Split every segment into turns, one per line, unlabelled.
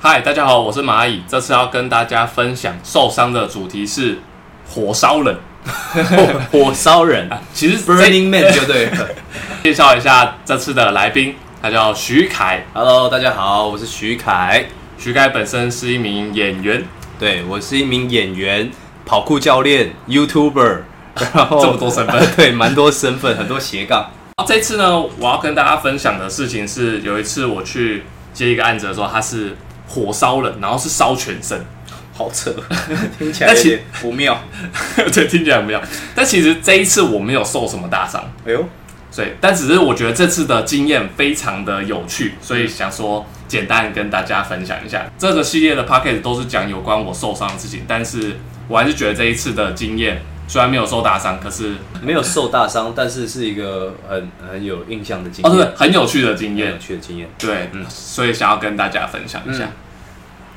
嗨，大家好，我是蚂蚁。这次要跟大家分享受伤的主题是火烧人。
火烧人
其实这
，Burning Man 就对了。
介绍一下这次的来宾，他叫徐凯。
Hello，大家好，我是徐凯，
徐凯本身是一名演员，
对我是一名演员、跑酷教练、YouTuber，然后
这么多身份
对，蛮多身份，很多斜杠。
这次呢，我要跟大家分享的事情是，有一次我去接一个案子的时候，他是火烧人，然后是烧全身。
好扯，听起
来有
有
点
点不妙。
对，听起来很妙。但其实这一次我没有受什么大伤，
哎呦，
所以但只是我觉得这次的经验非常的有趣，所以想说简单跟大家分享一下。这个系列的 p o c k e t 都是讲有关我受伤的事情，但是我还是觉得这一次的经验虽然没有受大伤，可是
没有受大伤，但是是一个很很有印象的经
哦
验，
对，很有趣的经
很
验
有，趣的经验。
对，
嗯
所以想要跟大家分享一下。
嗯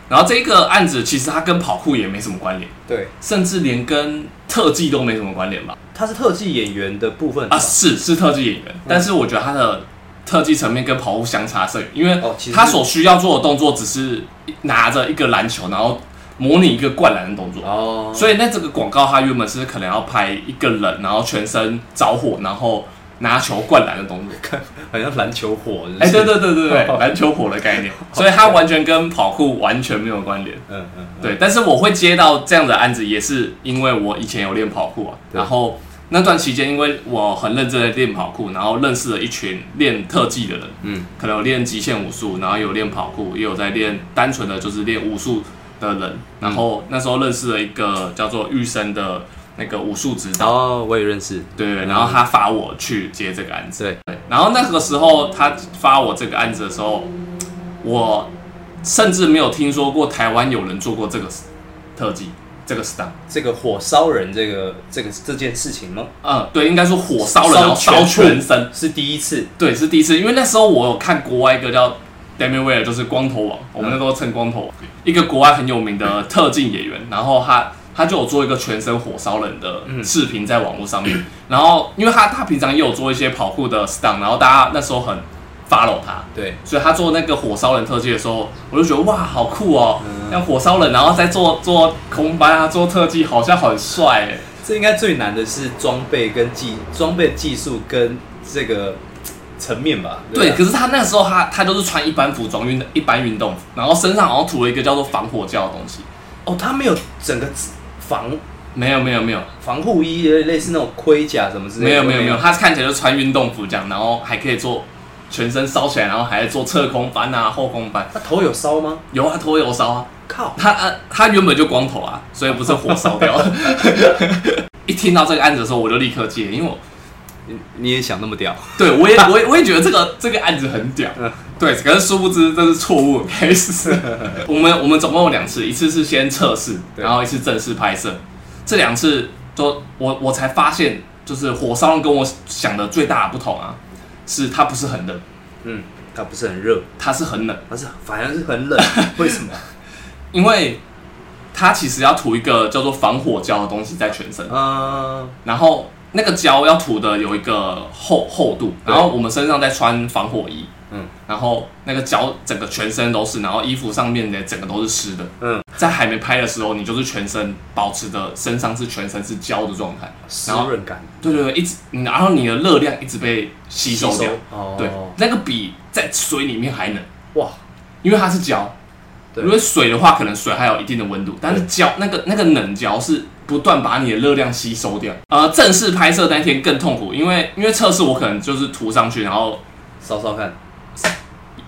然后这个案子其实它跟跑酷也没什么关联，
对，
甚至连跟特技都没什么关联吧。
他是特技演员的部分
啊，
吧
是是特技演员，但是我觉得他的特技层面跟跑步相差甚远，因为
哦其实
他所需要做的动作只是拿着一个篮球，然后模拟一个灌篮的动作。
哦，
所以那这个广告，它原本是可能要拍一个人，然后全身着火，然后拿球灌篮的动作。
好像篮球火，真是
哎、对，对对对 对，篮球火的概念，所以它完全跟跑酷完全没有关联。
嗯嗯，嗯，
对，但是我会接到这样的案子，也是因为我以前有练跑酷啊，
对
然后那段期间，因为我很认真的练跑酷，然后认识了一群练特技的人，
嗯，
可能有练极限武术，然后有练跑酷，也有在练单纯的就是练武术的人，然后那时候认识了一个叫做玉生的那个武术指导，
哦，我也认识，
对对，然后他发我去接这个案子，
对，
对，然后那个时候他发我这个案子的时候，我甚至没有听说过台湾有人做过这个特技，这个 stunt。
这个火烧人这个这个这件事情吗？
嗯，对，应该说火烧了，然后烧全身。
是第一次，
对，是第一次，因为那时候我有看国外一个叫 Damian w a r e 就是光头王，我们那时候称光头王，一个国外很有名的特技演员，然后他。他就有做一个全身火烧人的视频在网络上面，然后因为他他平常也有做一些跑酷的 stunt，然后大家那时候很 follow 他，
对，
所以他做那个火烧人特技的时候，我就觉得哇，好酷哦！像火烧人，然后再做做空翻啊，做特技，好像很帅哎。
这应该最难的是装备跟技装备技术跟这个嘖层面吧？啊
对，啊
吧
可是他那时候他他就是穿一般服装运一般运动服，然后身上好像涂了一个叫做防火胶的东西。
哦，他没有整个防
没有没有没有
防护衣，类似那种盔甲什么之类的，
没有没有没有，，他看起来就穿运动服这样，然后还可以做全身烧起来，然后还做侧空翻啊、后空翻。
他头有烧吗？
有啊，头有烧啊，
靠，
他啊他原本就光头啊，所以不是火烧 掉。一听到这个案子的时候，我就立刻接，因为我
你你也想那么屌？
对我也我也我也觉得这个 这个案子很屌，对，可是殊不知这是错误的开始。我们我们总共有两次，一次是先测试，
对
然后一次正式拍摄。这两次都我我才发现，就是火烧肉跟我想的最大的不同啊，是它不是很冷，
嗯，他不是很热，
它是很冷，
他是反而是 很冷，为什么？
因为它其实要涂一个叫做防火胶的东西在全身，
嗯，
然后那个胶要涂的有一个厚厚度，
对
然后我们身上再穿防火衣，
嗯，
然后那个胶整个全身都是，然后衣服上面的整个都是湿的，
嗯，
在还没拍的时候，你就是全身保持的身上是全身是胶的状态，
湿
然后
润感
对对对，一直，嗯然后你的热量一直被吸收掉，
哦，
对，那个比在水里面还冷，
哇，
因为它是胶。
对
因为水的话，可能水还有一定的温度，但是胶那个那个冷胶是不断把你的热量吸收掉。呃，正式拍摄那天更痛苦，因为因为测试我可能就是涂上去，然后
烧烧看，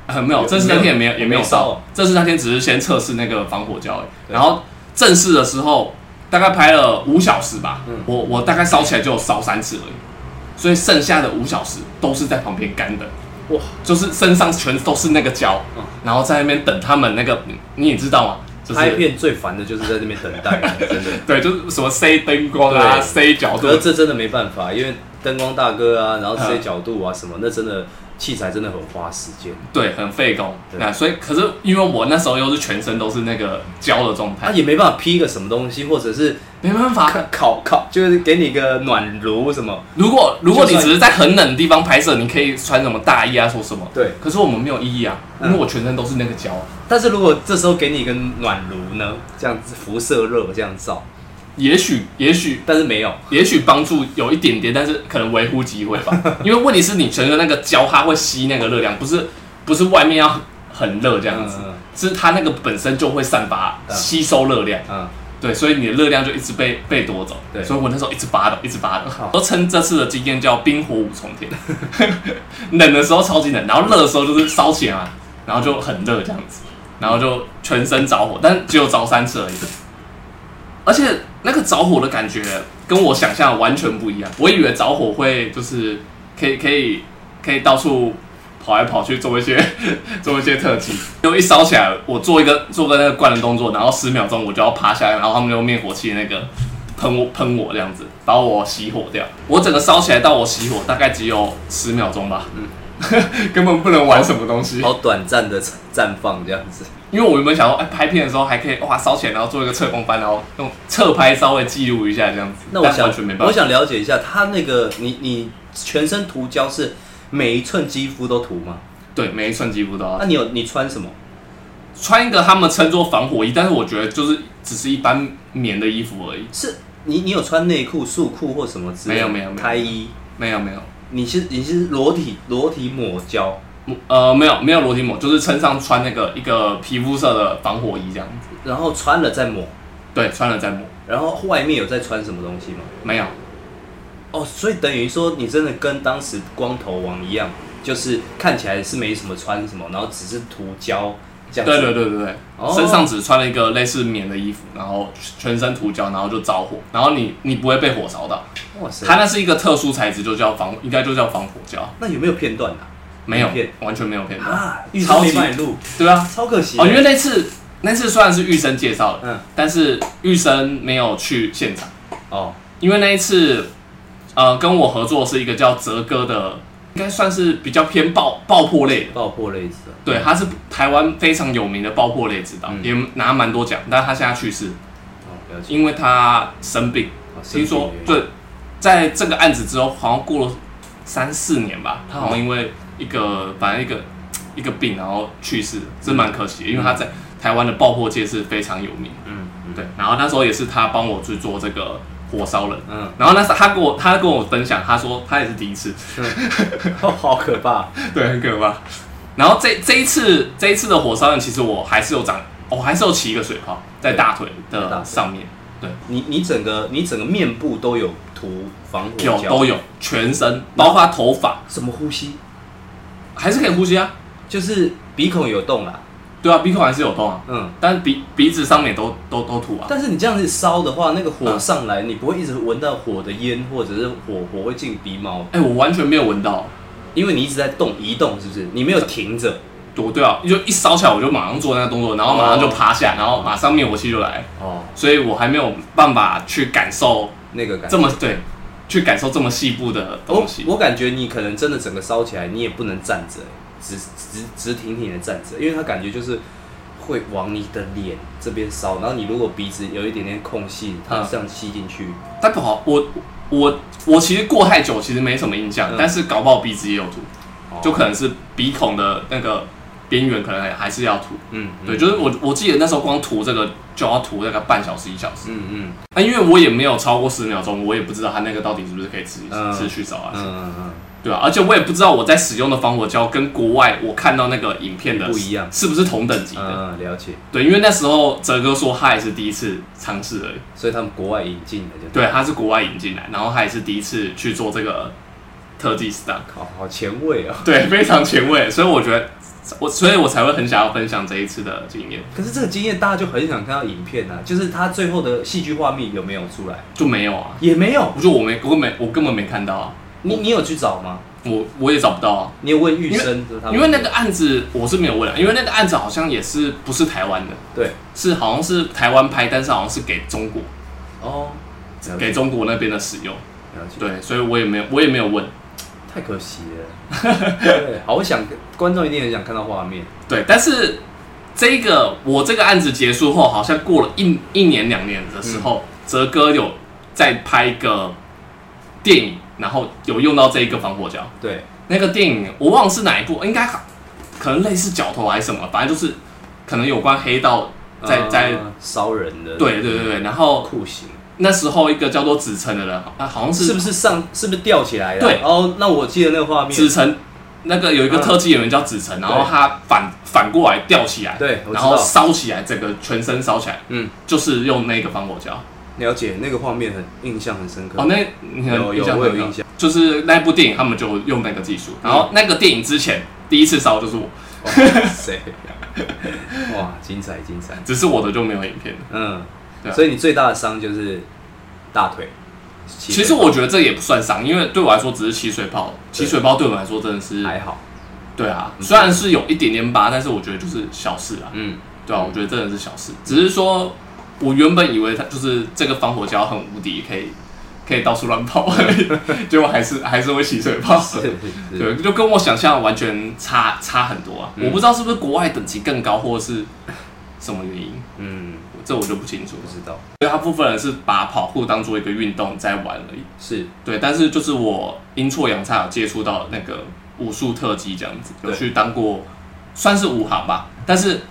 呃没有，
有
正式那天也没有
没有
也没有
没烧
烧，正式那天只是先测试那个防火胶而已，
对
然后正式的时候大概拍了五小时吧，我我大概烧起来就有烧三次而已，所以剩下的五小时都是在旁边干等。
哇，
就是身上全都是那个胶，
嗯
然后在那边等他们那个，你也知道嘛，就是
拍片最烦的就是在那边等待， 真的。
对，就是什么塞灯光啊、
对
塞角度
可，是这真的没办法，因为灯光大哥啊，然后这些
嗯
角度啊什么，那真的器材真的很花时间。
对，很费工。
对
那所以，可是因为我那时候又是全身都是那个胶的状
他
态，
也没办法 P 一个什么东西，或者是
没办法。
烤烤烤，就是给你一个暖炉什么，
如果如果你
就算
只是在很冷的地方拍摄，你可以穿什么大衣啊，说什么。
对。嗯
可是我们没有意义啊，因为我全身都是那个胶。
但是如果这时候给你一个暖炉呢，这样子辐射热这样照，
也许也许
但是没有，
也许帮助有一点点，但是可能微乎其微 吧。因为问题是你全身那个胶，它会吸那个热量，不是不是外面要很很热这样子，
嗯
是它那个本身就会散发
嗯
吸收热量。
嗯，
对，所以你的热量就一直被被夺走。
对
所以我那时候一直扒的，一直扒的
好，
都称这次的经验叫冰火五重天。 冷的时候超级冷，然后热的时候就是烧起来，然后就很热这样子，然后就全身着火，但只有着三次而已。而且那个着火的感觉跟我想象的完全不一样，我以为着火会就是可以可以可以到处跑来跑去做一些 做一些特技，因为一烧起来，我做一个做个那个灌的动作，然后十秒钟我就要趴下来，然后他们用灭火器那个喷我喷我这样子，把我熄火掉。我整个烧起来到我熄火大概只有十秒钟吧， 根本不能玩什么东西。
好短暂的绽放这样子，
因为我原本想说，哎，拍片的时候还可以哇烧起来，然后做一个侧光翻，然后用侧拍稍微记录一下这样子。
那我
但
想
完全没，办
我
法，
想了解一下，它那个你你全身涂胶是每一寸肌肤都涂吗？
对每一寸肌肤都要
那你有你穿什么？
穿一个他们称作防火衣，但是我觉得就是只是一般棉的衣服而已，
是你你有穿内裤、束裤或什么之类
没
的？
有没有没有
开衣，
没有没有。
你是你是裸体裸体抹胶，
呃，没有没有裸体抹，就是身上穿那个一个皮肤色的防火衣这样子。
然后穿了再抹，
对，穿了再抹，
然后外面有在穿什么东西吗？
没有。
哦，所以等于说你真的跟当时光头王一样，就是看起来是没什么穿什么，然后只是涂胶这
对
样子。
对对对对，
哦
身上只穿了一个类似棉的衣服，然后全身涂胶，然后就着火，然后你你不会被火烧到。
对，哇塞，
它那是一个特殊材质，就叫防，应该就叫防火胶，
那有没有片段啊？
没有
没骗，
完全没有骗到。
啊，预
超
算没
级
买入，
对啊，
超可惜。
哦，因为那次那次虽然是玉生介绍的，
嗯
但是玉生没有去现场，
哦，
因为那一次呃跟我合作是一个叫泽哥的，应该算是比较偏爆爆破类的。
爆破类似的，
对，他是台湾非常有名的爆破类指导，
嗯
也拿蛮多奖，但他现在去世，
哦，了解。
因为他生病。
哦
听说，
生病
对，在这个案子之后，好像过了三四年吧，他好像因为一个反正一个一个病，然后去世，真蛮可惜的，因为他在台湾的爆破界是非常有名。
嗯嗯
对，然后那时候也是他帮我去做这个火烧人。
嗯，
然后那时候他跟我，他跟我分享，他说他也是第一次，
哦好可怕。
对，很可怕。然后这这一次这一次的火烧人，其实我还是有长，我还是有起一个水泡在大腿的上面，
你你整个你整个面部都有涂防火
有
胶，
都有，全身包括头发，
怎么呼吸？
还是可以呼吸啊，
就是鼻孔有洞啦，
对啊，鼻孔还是有洞啊，
嗯。
但鼻鼻子上面都都都吐啊，
但是你这样子烧的话，那个
嗯
火上来，你不会一直闻到火的烟，或者是火火会进鼻毛，
哎、我完全没有闻到，
因为你一直在动移动，是不是？你没有停着。
我对啊，就一烧起来我就马上做那个动作，然后马上就趴下，然后马上灭火器就来，
哦，
所以我还没有办法去感受
那个感
这
觉。
么对，去感受这么细部的
我
东西。
我感觉你可能真的整个烧起来，你也不能站着，直直直挺挺的站着，因为它感觉就是会往你的脸这边烧，然后你如果鼻子有一点点空隙，它
嗯
这样吸进去。
但不好，我我我其实过太久，其实没什么印象，
嗯
但是搞不好鼻子也有涂，
哦
就可能是鼻孔的那个边缘可能还还是要涂。
嗯，嗯
对，就是我我记得那时候光涂这个就要涂大概半小时一小时，
嗯嗯
啊，因为我也没有超过十秒钟，我也不知道它那个到底是不是可以持续
嗯
持续烧啊
嗯，嗯嗯，
对啊，而且我也不知道我在使用的防火胶跟国外我看到那个影片的
不一样
是不是同等级的？
嗯，嗯了解。
对，因为那时候哲哥说他也是第一次尝试而已。
所以他们国外引进的就
对，他是国外引进来，然后他也是第一次去做这个特技 stunt，
好好前卫啊、
对， 非常前卫，所以我觉得我，所以我才会很想要分享这一次的经验，
可是这个经验大家就很想看到影片啊，就是他最后的戏剧画面有没有出来？
就没有啊，
也没有。
我就我没我没我根本没看到啊，
你你有去找吗？
我我也找不到啊，
你有问玉生就是他们
因为那个案子我是没有问啊，因为那个案子好像也是不是台湾的，
对
是好像是台湾拍，但是好像是给中国
哦，了
给
解
中国那边的使用，
了解，
对，所以我也没有我也没有问，
太可惜了。对，好想观众一定很想看到画面。
对，但是
嗯
这个我这个案子结束后，好像过了一一年两年的时候，哲哥有在拍一个电影，然后有用到这一个防火胶。
对，
那个电影我忘了是哪一部，应该可能类似角头还是什么，反正就是可能有关黑道在
呃
在。
烧人的，
对对对对，然后
酷刑
那时候一个叫做子晨的人，啊，好像
是
是
不是上是不是吊起来的？
对
哦，那我记得那个画面，
子晨，那个有一
嗯
个特技演员叫子晨，然后他反反过来吊起来，
对我知
然
道
后烧起来，整个全身烧起来，
嗯，
就是用那个防火胶。
了解那个画面很印象很深刻。
哦，那你很
有有
印象
我有
深刻
印象，
就是那部电影他们就用那个技术，然后那个电影之前第一次烧就是我，
哇塞，哇，精彩精彩，
只是我的就没有影片了。
嗯
对，啊
所以你最大的伤就是大腿。
其实我觉得这也不算伤，因为对我来说只是起水泡，起
对
水泡对我来说真的是，
还好，
对啊，虽然是有一点点疤，但是我觉得就是小事啊。
嗯，
对啊，我觉得真的是小事，只是说我原本以为它就是这个防火胶很无敌，可以可以到处乱跑， 结果还是还是会起水泡。
是是是，
对，就跟我想象的完全差差很多啊！
嗯
我不知道是不是国外等级更高，或者是什么原因，
嗯，
这我就不清楚
不
了。
知道，
所以大部分人是把跑酷当做一个运动在玩而已。
是
对，但是就是我阴错阳差有接触到那个武术特技这样子，有
对
去当过算是武行吧，但是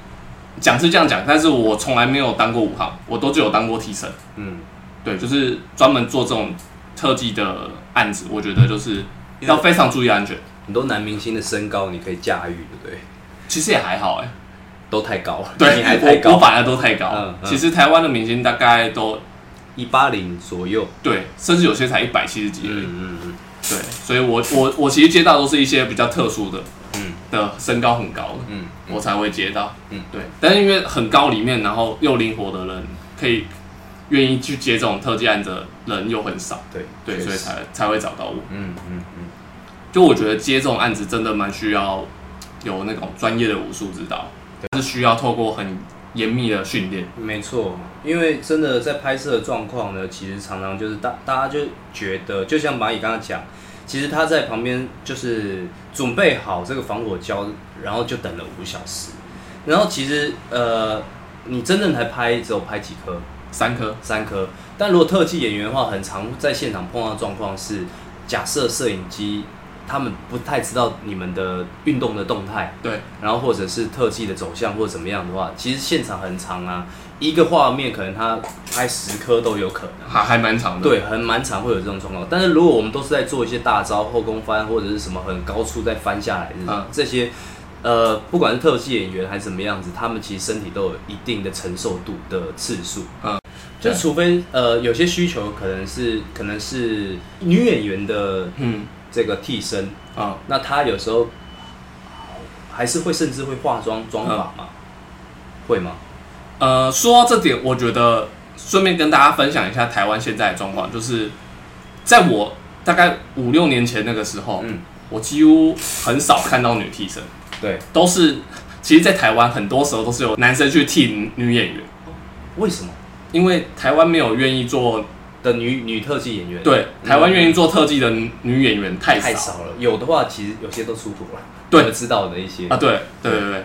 讲是这样讲，但是我从来没有当过武行，我都只有当过替身。
嗯，
对，就是专门做这种特技的案子，我觉得就是要非常注意安全。
很多男明星的身高你可以驾驭，对不对？
其实也还好哎、
都太高了，
对，
你还太
我我
高，
反而都太高。
嗯嗯
其实台湾的明星大概都
一八零左右，
对，甚至有些才一百七十几而已。
嗯嗯
对，所以我我我其实接到都是一些比较特殊的，
嗯
的身高很高的，
嗯
我才会接到。
嗯
对。但是因为很高里面，然后又灵活的人，可以愿意去接这种特技案的人又很少，
嗯，对
对，
确
所以
实
才才会找到我。
嗯嗯嗯，
就我觉得接这种案子真的蛮需要有那种专业的武术指导，是需要透过很严密的训练。
没错，因为真的在拍摄的状况呢，其实常常就是大大家就觉得，就像蚂蚁刚刚讲，其实他在旁边就是准备好这个防火胶，然后就等了五小时，然后其实呃，你真正才拍只有拍几颗，
三颗，
三颗。但如果特技演员的话，很常在现场碰到的状况是，假设摄影机他们不太知道你们的运动的动态，
对，
然后或者是特技的走向或者怎么样的话，其实现场很长啊，一个画面可能他拍十颗都有可能。
还还蛮长的。
对，很蛮常会有这种状况。但是如果我们都是在做一些大招、后空翻或者是什么很高处再翻下来的、
嗯
这些，呃，不管是特技演员还是怎么样子，他们其实身体都有一定的承受度的次数。
嗯，
就
对
除非呃有些需求可能是可能是女演员的
嗯
这个替身，
啊，
那她有时候还是会甚至会化妆妆法嘛，
嗯
会吗？
呃，说到这点，我觉得顺便跟大家分享一下台湾现在的状况，就是在我大概五六年前那个时候，
嗯，
我几乎很少看到女替身，
对，
都是其实，在台湾很多时候都是有男生去替女演员，
为什么
因为台湾没有愿意做
的女女特技演员
对台湾愿
意。
意做特技的女演员太少
太少了，有的话其实有些都出国了。
对
我知道的一些
啊，对对对对，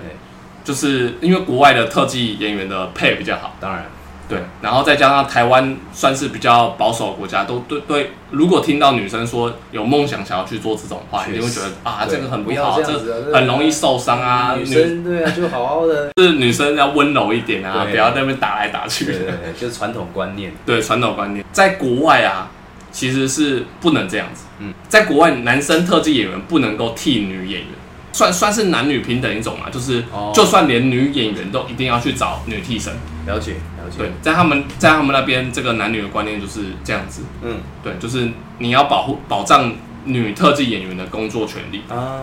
就是因为国外的特技演员的配比较好。
当然
对，然后再加上台湾算是比较保守的国家，都对对。如果听到女生说有梦想想要去做这种话，
确
你
实
会觉得啊，
对
这个很
不
不
要
好，
这样子啊
这很容易受伤啊。
女生对啊，就好好的，
女是女生要温柔一点啊，
对
不要在那边打来打去
对对
的。
对，就是传统观念，
对，传统观念，在国外啊，其实是不能这样子。
嗯
嗯，在国外，男生特技演员不能够替女演员，算算是男女平等一种嘛，就是、
哦
就算连女演员都一定要去找女替身。
了解了解，
对，在他们在他们那边，这个男女的观念就是这样子。
嗯
对，就是你要保护保障女特技演员的工作权利，
啊，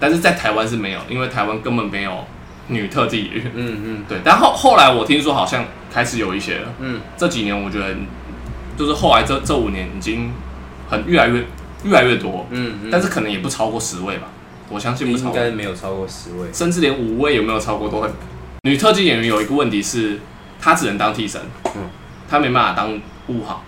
但是在台湾是没有，因为台湾根本没有女特技演员。
嗯嗯
对，但后后来我听说好像开始有一些了，
嗯，
这几年我觉得就是后来这这五年已经很越来越越来越多，
嗯嗯
但是可能也不超过十位吧，我相信不超
应
过，
该没有超过十位，
甚至连五位有没有超过都很。女特技演员有一个问题是，她只能当替身，
嗯
她没办法当五行，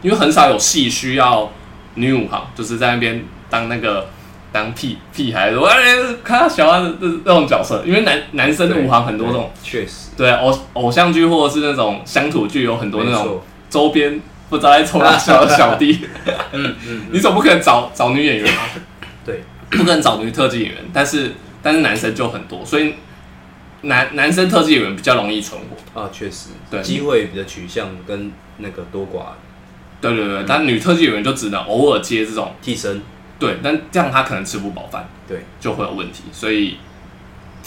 因为很少有戏需要女五行，就是在那边当那个当屁屁孩，我哎看到小孩这这种角色，因为男男生的
对
五行很多种，啊
对确实
对偶偶像剧或者是那种乡土剧有很多那
没
种
错
周边不知道在冲哪 笑的小弟，
嗯嗯，
你总不可能找找女演员吧？
对，
不可能找女特技演员，但是但是男生就很多，所以男男生特技演员比较容易存活。
啊，确实，
对
机会的取向跟那个多寡
对对
嗯
对，但女特技演员就只能偶尔接这种，
替身，
对，但这样她可能吃不饱饭，
对，
就会有问题。所以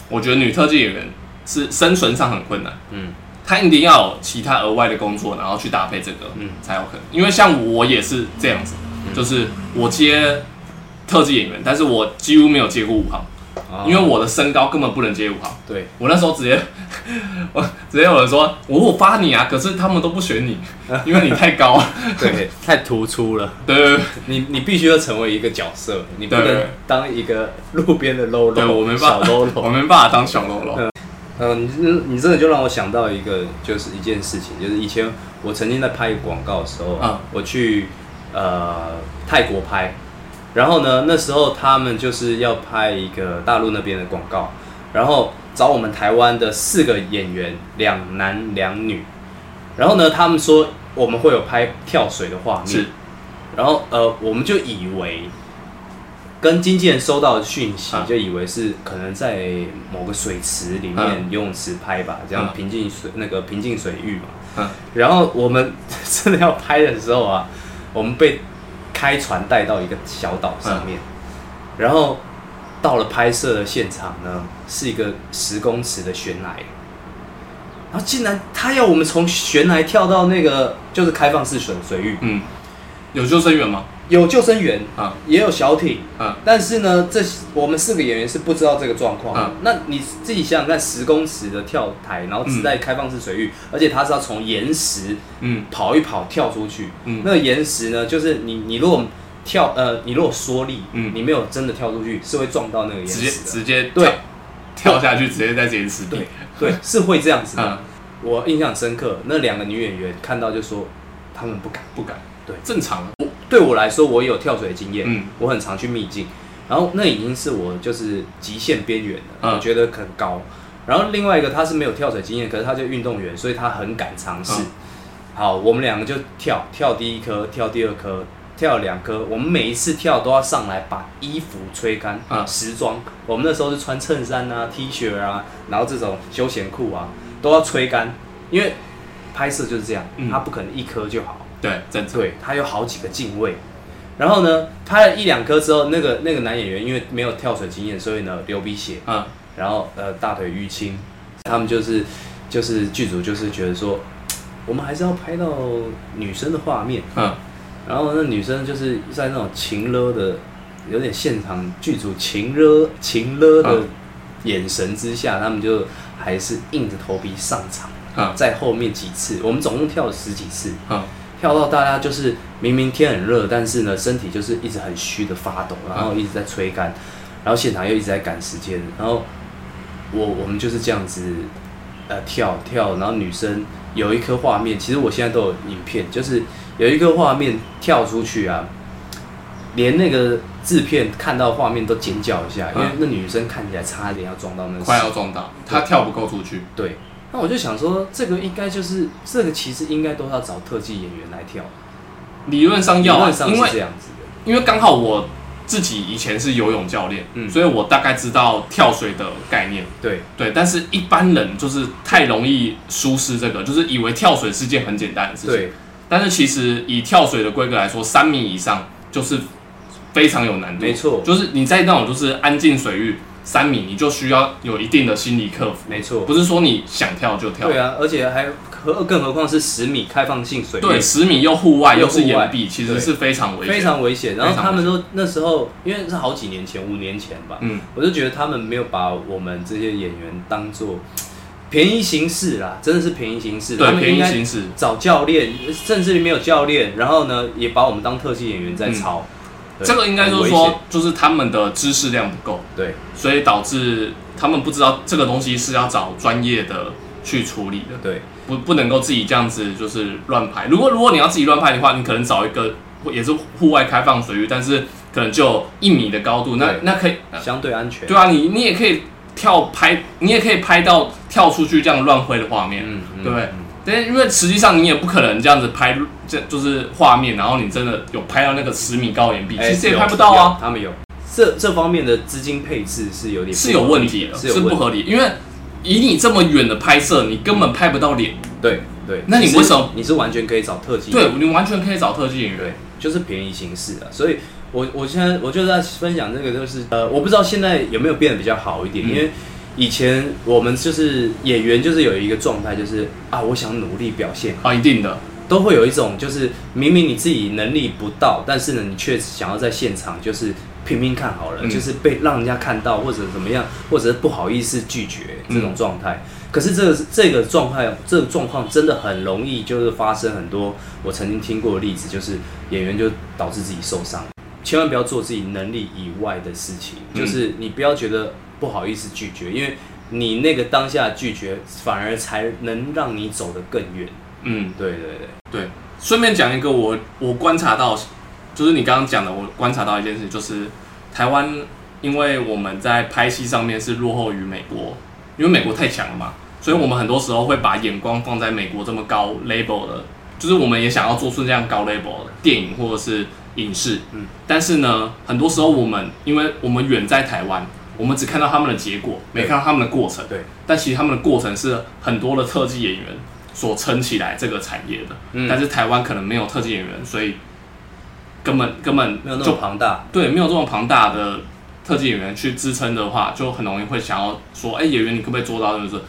我觉得女特技演员是生存上很困难，
嗯
她一定要有其他额外的工作，然后去搭配这个，
嗯
才有可能。因为像我也是这样子，就是我接特技演员，但是我几乎没有接过五行，
啊
因为我的身高根本不能接五行。
对，
我那时候直接，我直接有人说，我我发你啊，可是他们都不选 你，因为你太高了。
对，太突出了。
对对对
你你必须要成为一个角色，你不
对
能当一个路边的喽
对，
喽，
我没办
小
法，
喽
我
喽。
没办法当小喽
嗯
啰。
嗯，你真你真的就让我想到一个，就是一件事情，就是以前我曾经在拍广告的时候，
嗯
我去呃泰国拍，然后呢，那时候他们就是要拍一个大陆那边的广告，然后找我们台湾的四个演员，两男两女，然后呢，他们说我们会有拍跳水的画面，
是，
然后呃，我们就以为跟经纪人收到的讯息
啊，
就以为是可能在某个水池里面
嗯
游泳池拍吧，这
嗯
样平静水那个平静水域嘛。
嗯，
然后我们真的要拍的时候啊，我们被开船带到一个小岛上面，然后到了拍摄的现场呢，是一个十公尺的悬崖。然后竟然他要我们从悬崖跳到那个就是开放式水水域，
嗯，有救生员吗？
有救生员，
啊
也有小艇，
啊，
但是呢，这我们四个演员是不知道这个状况。
嗯
那你自己想想看，十公尺的跳台，然后是在开放式水域，而且它是要从岩石
嗯
跑一跑跳出去。
嗯
那个岩石呢，就是你你如果跳呃，你如果缩力，
嗯
你没有真的跳出去，是会撞到那个岩
直接
石的。
直接
啊对
跳跳下去，直接在岩石
对
地。
对， 是会这样子的。
嗯，
我印象深刻，那两个女演员看到就说，她们不敢。
不敢，
对
正常。啊
对我来说，我有跳水经验，
嗯
我很常去秘境，然后那已经是我就是极限边缘了，
嗯
我觉得很高。然后另外一个他是没有跳水经验，可是他就运动员，所以他很敢尝试。
嗯
好，我们两个就跳，跳第一颗，跳第二颗，跳两颗。我们每一次跳都要上来把衣服吹干，
嗯
时装。我们那时候是穿衬衫啊、T 恤啊，然后这种休闲裤啊，都要吹干，因为拍摄就是这样，
嗯
它不可能一颗就好。
对，正常。
对，他有好几个镜位。然后呢，拍了一两颗之后，那个那个男演员因为没有跳水经验，所以呢流鼻血，
嗯，
然后呃大腿淤青，他们就是就是剧组就是觉得说，我们还是要拍到女生的画面。
嗯，
然后那女生就是在那种情勒的，有点现场剧组情勒情勒的
嗯
眼神之下，他们就还是硬着头皮上场，
嗯，
在后面几次，我们总共跳了十几次。
嗯，
跳到大家就是明明天很热，但是呢身体就是一直很虚的发抖，
嗯
然后一直在吹干，然后现场又一直在赶时间，然后我我们就是这样子，呃跳跳，然后女生有一颗画面，其实我现在都有影片，就是有一个画面跳出去啊，连那个制片看到画面都尖叫一下，因为
嗯
那女生看起来差一点要撞到那个
快要撞到，他跳不够出去。
对，那我就想说，这个应该就是这个其实应该都要找特技演员来跳。
理论上要
理
啊
论，上
因
是
为
这样子的。
因为刚好我自己以前是游泳教练，
嗯
所以我大概知道跳水的概念。
对，
对，但是一般人就是太容易疏失这个，就是以为跳水是件很简单的事情。
对，
但是其实以跳水的规格来说，三米以上就是非常有难度。
没错
就是你在那种就是安静水域三米，你就需要有一定的心理克服，
没错
不。是说你想跳就跳。
对啊，而且还何更何况是十米开放性水域，
对，十米又户外
又
又
户
是岩
外
壁，其实
对
是非常危险。
非常危险。然后
非常
他们都那时候，因为是好几年前，五年前吧，
嗯
我就觉得他们没有把我们这些演员当做便宜行事啦，真的是便宜行事。他
对，
们
便
应
宜
该
行驶。
找教练，甚至没有教练，然后呢，也把我们当特技演员在操。对
这个应该就是，
很危
说
险，
就是他们的知识量不够，
对
所以导致他们不知道这个东西是要找专业的去处理的，
对
不不能够自己这样子就是乱拍。如果如果你要自己乱拍的话，你可能找一个也是户外开放水域，但是可能就有一米的高度，那
对
那可以，
相对安全。
对啊，你你也可以跳拍，你也可以拍到跳出去这样乱挥的画面，
嗯，嗯
对不对
嗯
但因为实际上你也不可能这样子拍，这就是画面，然后你真的有拍到那个十米高岩壁，
哎
其实也
有
拍不到啊
有，他们有这这方面的资金配置是有点
是有问题的，
是有
是
问
不
题。
合理。因为以你这么远的拍摄，你根本拍不到脸，
对对，
那你
是
为什么
你是完全可以找特技？
对你完全可以找特技演员
对。，就是便宜形式啊。所以我我现在我就在分享这个，就是呃，我不知道现在有没有变得比较好一点，
嗯
因为以前我们就是演员，就是有一个状态，就是啊，我想努力表现，
啊，一定的，
都会有一种就是明明你自己能力不到，但是呢，你却想要在现场就是拼命看好了，
嗯
就是被让人家看到或者怎么样，或者是不好意思拒绝这种状态。可是这个这个状态，这个状况真的很容易就是发生很多我曾经听过的例子，就是演员就导致自己受伤。千万不要做自己能力以外的事情，
嗯
就是你不要觉得不好意思拒绝，因为你那个当下拒绝，反而才能让你走得更远。
嗯，
对对对。
对。顺便讲一个我我观察到，就是你刚刚讲的，我观察到一件事，就是台湾因为我们在拍戏上面是落后于美国，因为美国太强了嘛，所以我们很多时候会把眼光放在美国这么高 label 的，就是我们也想要做出这样高 label 的电影或者是影视，
嗯
但是呢，很多时候我们因为我们远在台湾，我们只看到他们的结果，没
对
看到他们的过程，
对，
但其实他们的过程是很多的特技演员所撑起来这个产业的，
嗯
但是台湾可能没有特技演员，所以根本根本
没有那
就
么庞大。
对，没有这么庞大的特技演员去支撑的话，就很容易会想要说，哎、演员你可不可以做到就是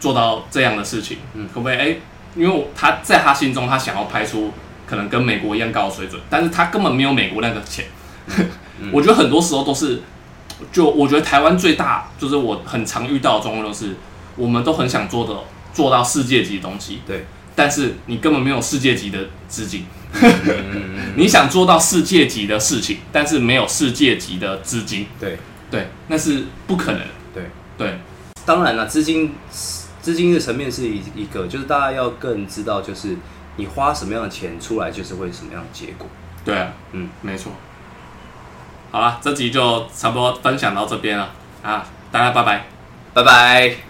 做到这样的事情？
嗯
可不可以？哎、因为我他在他心中，他想要拍出可能跟美国一样高的水准，但是他根本没有美国那个钱。 我觉得很多时候都是，就我觉得台湾最大就是我很常遇到的状况就是，我们都很想做的做到世界级的东西，
对，
但是你根本没有世界级的资金。
嗯，
你想做到世界级的事情，但是没有世界级的资金，
对
对，那是不可能。
对
对，
当然了，资金资金的层面是一一个，就是大家要更知道，就是你花什么样的钱出来，就是会什么样的结果。
对啊，
嗯，
没错。好了，这集就差不多分享到这边了啊，大家拜拜。
拜拜。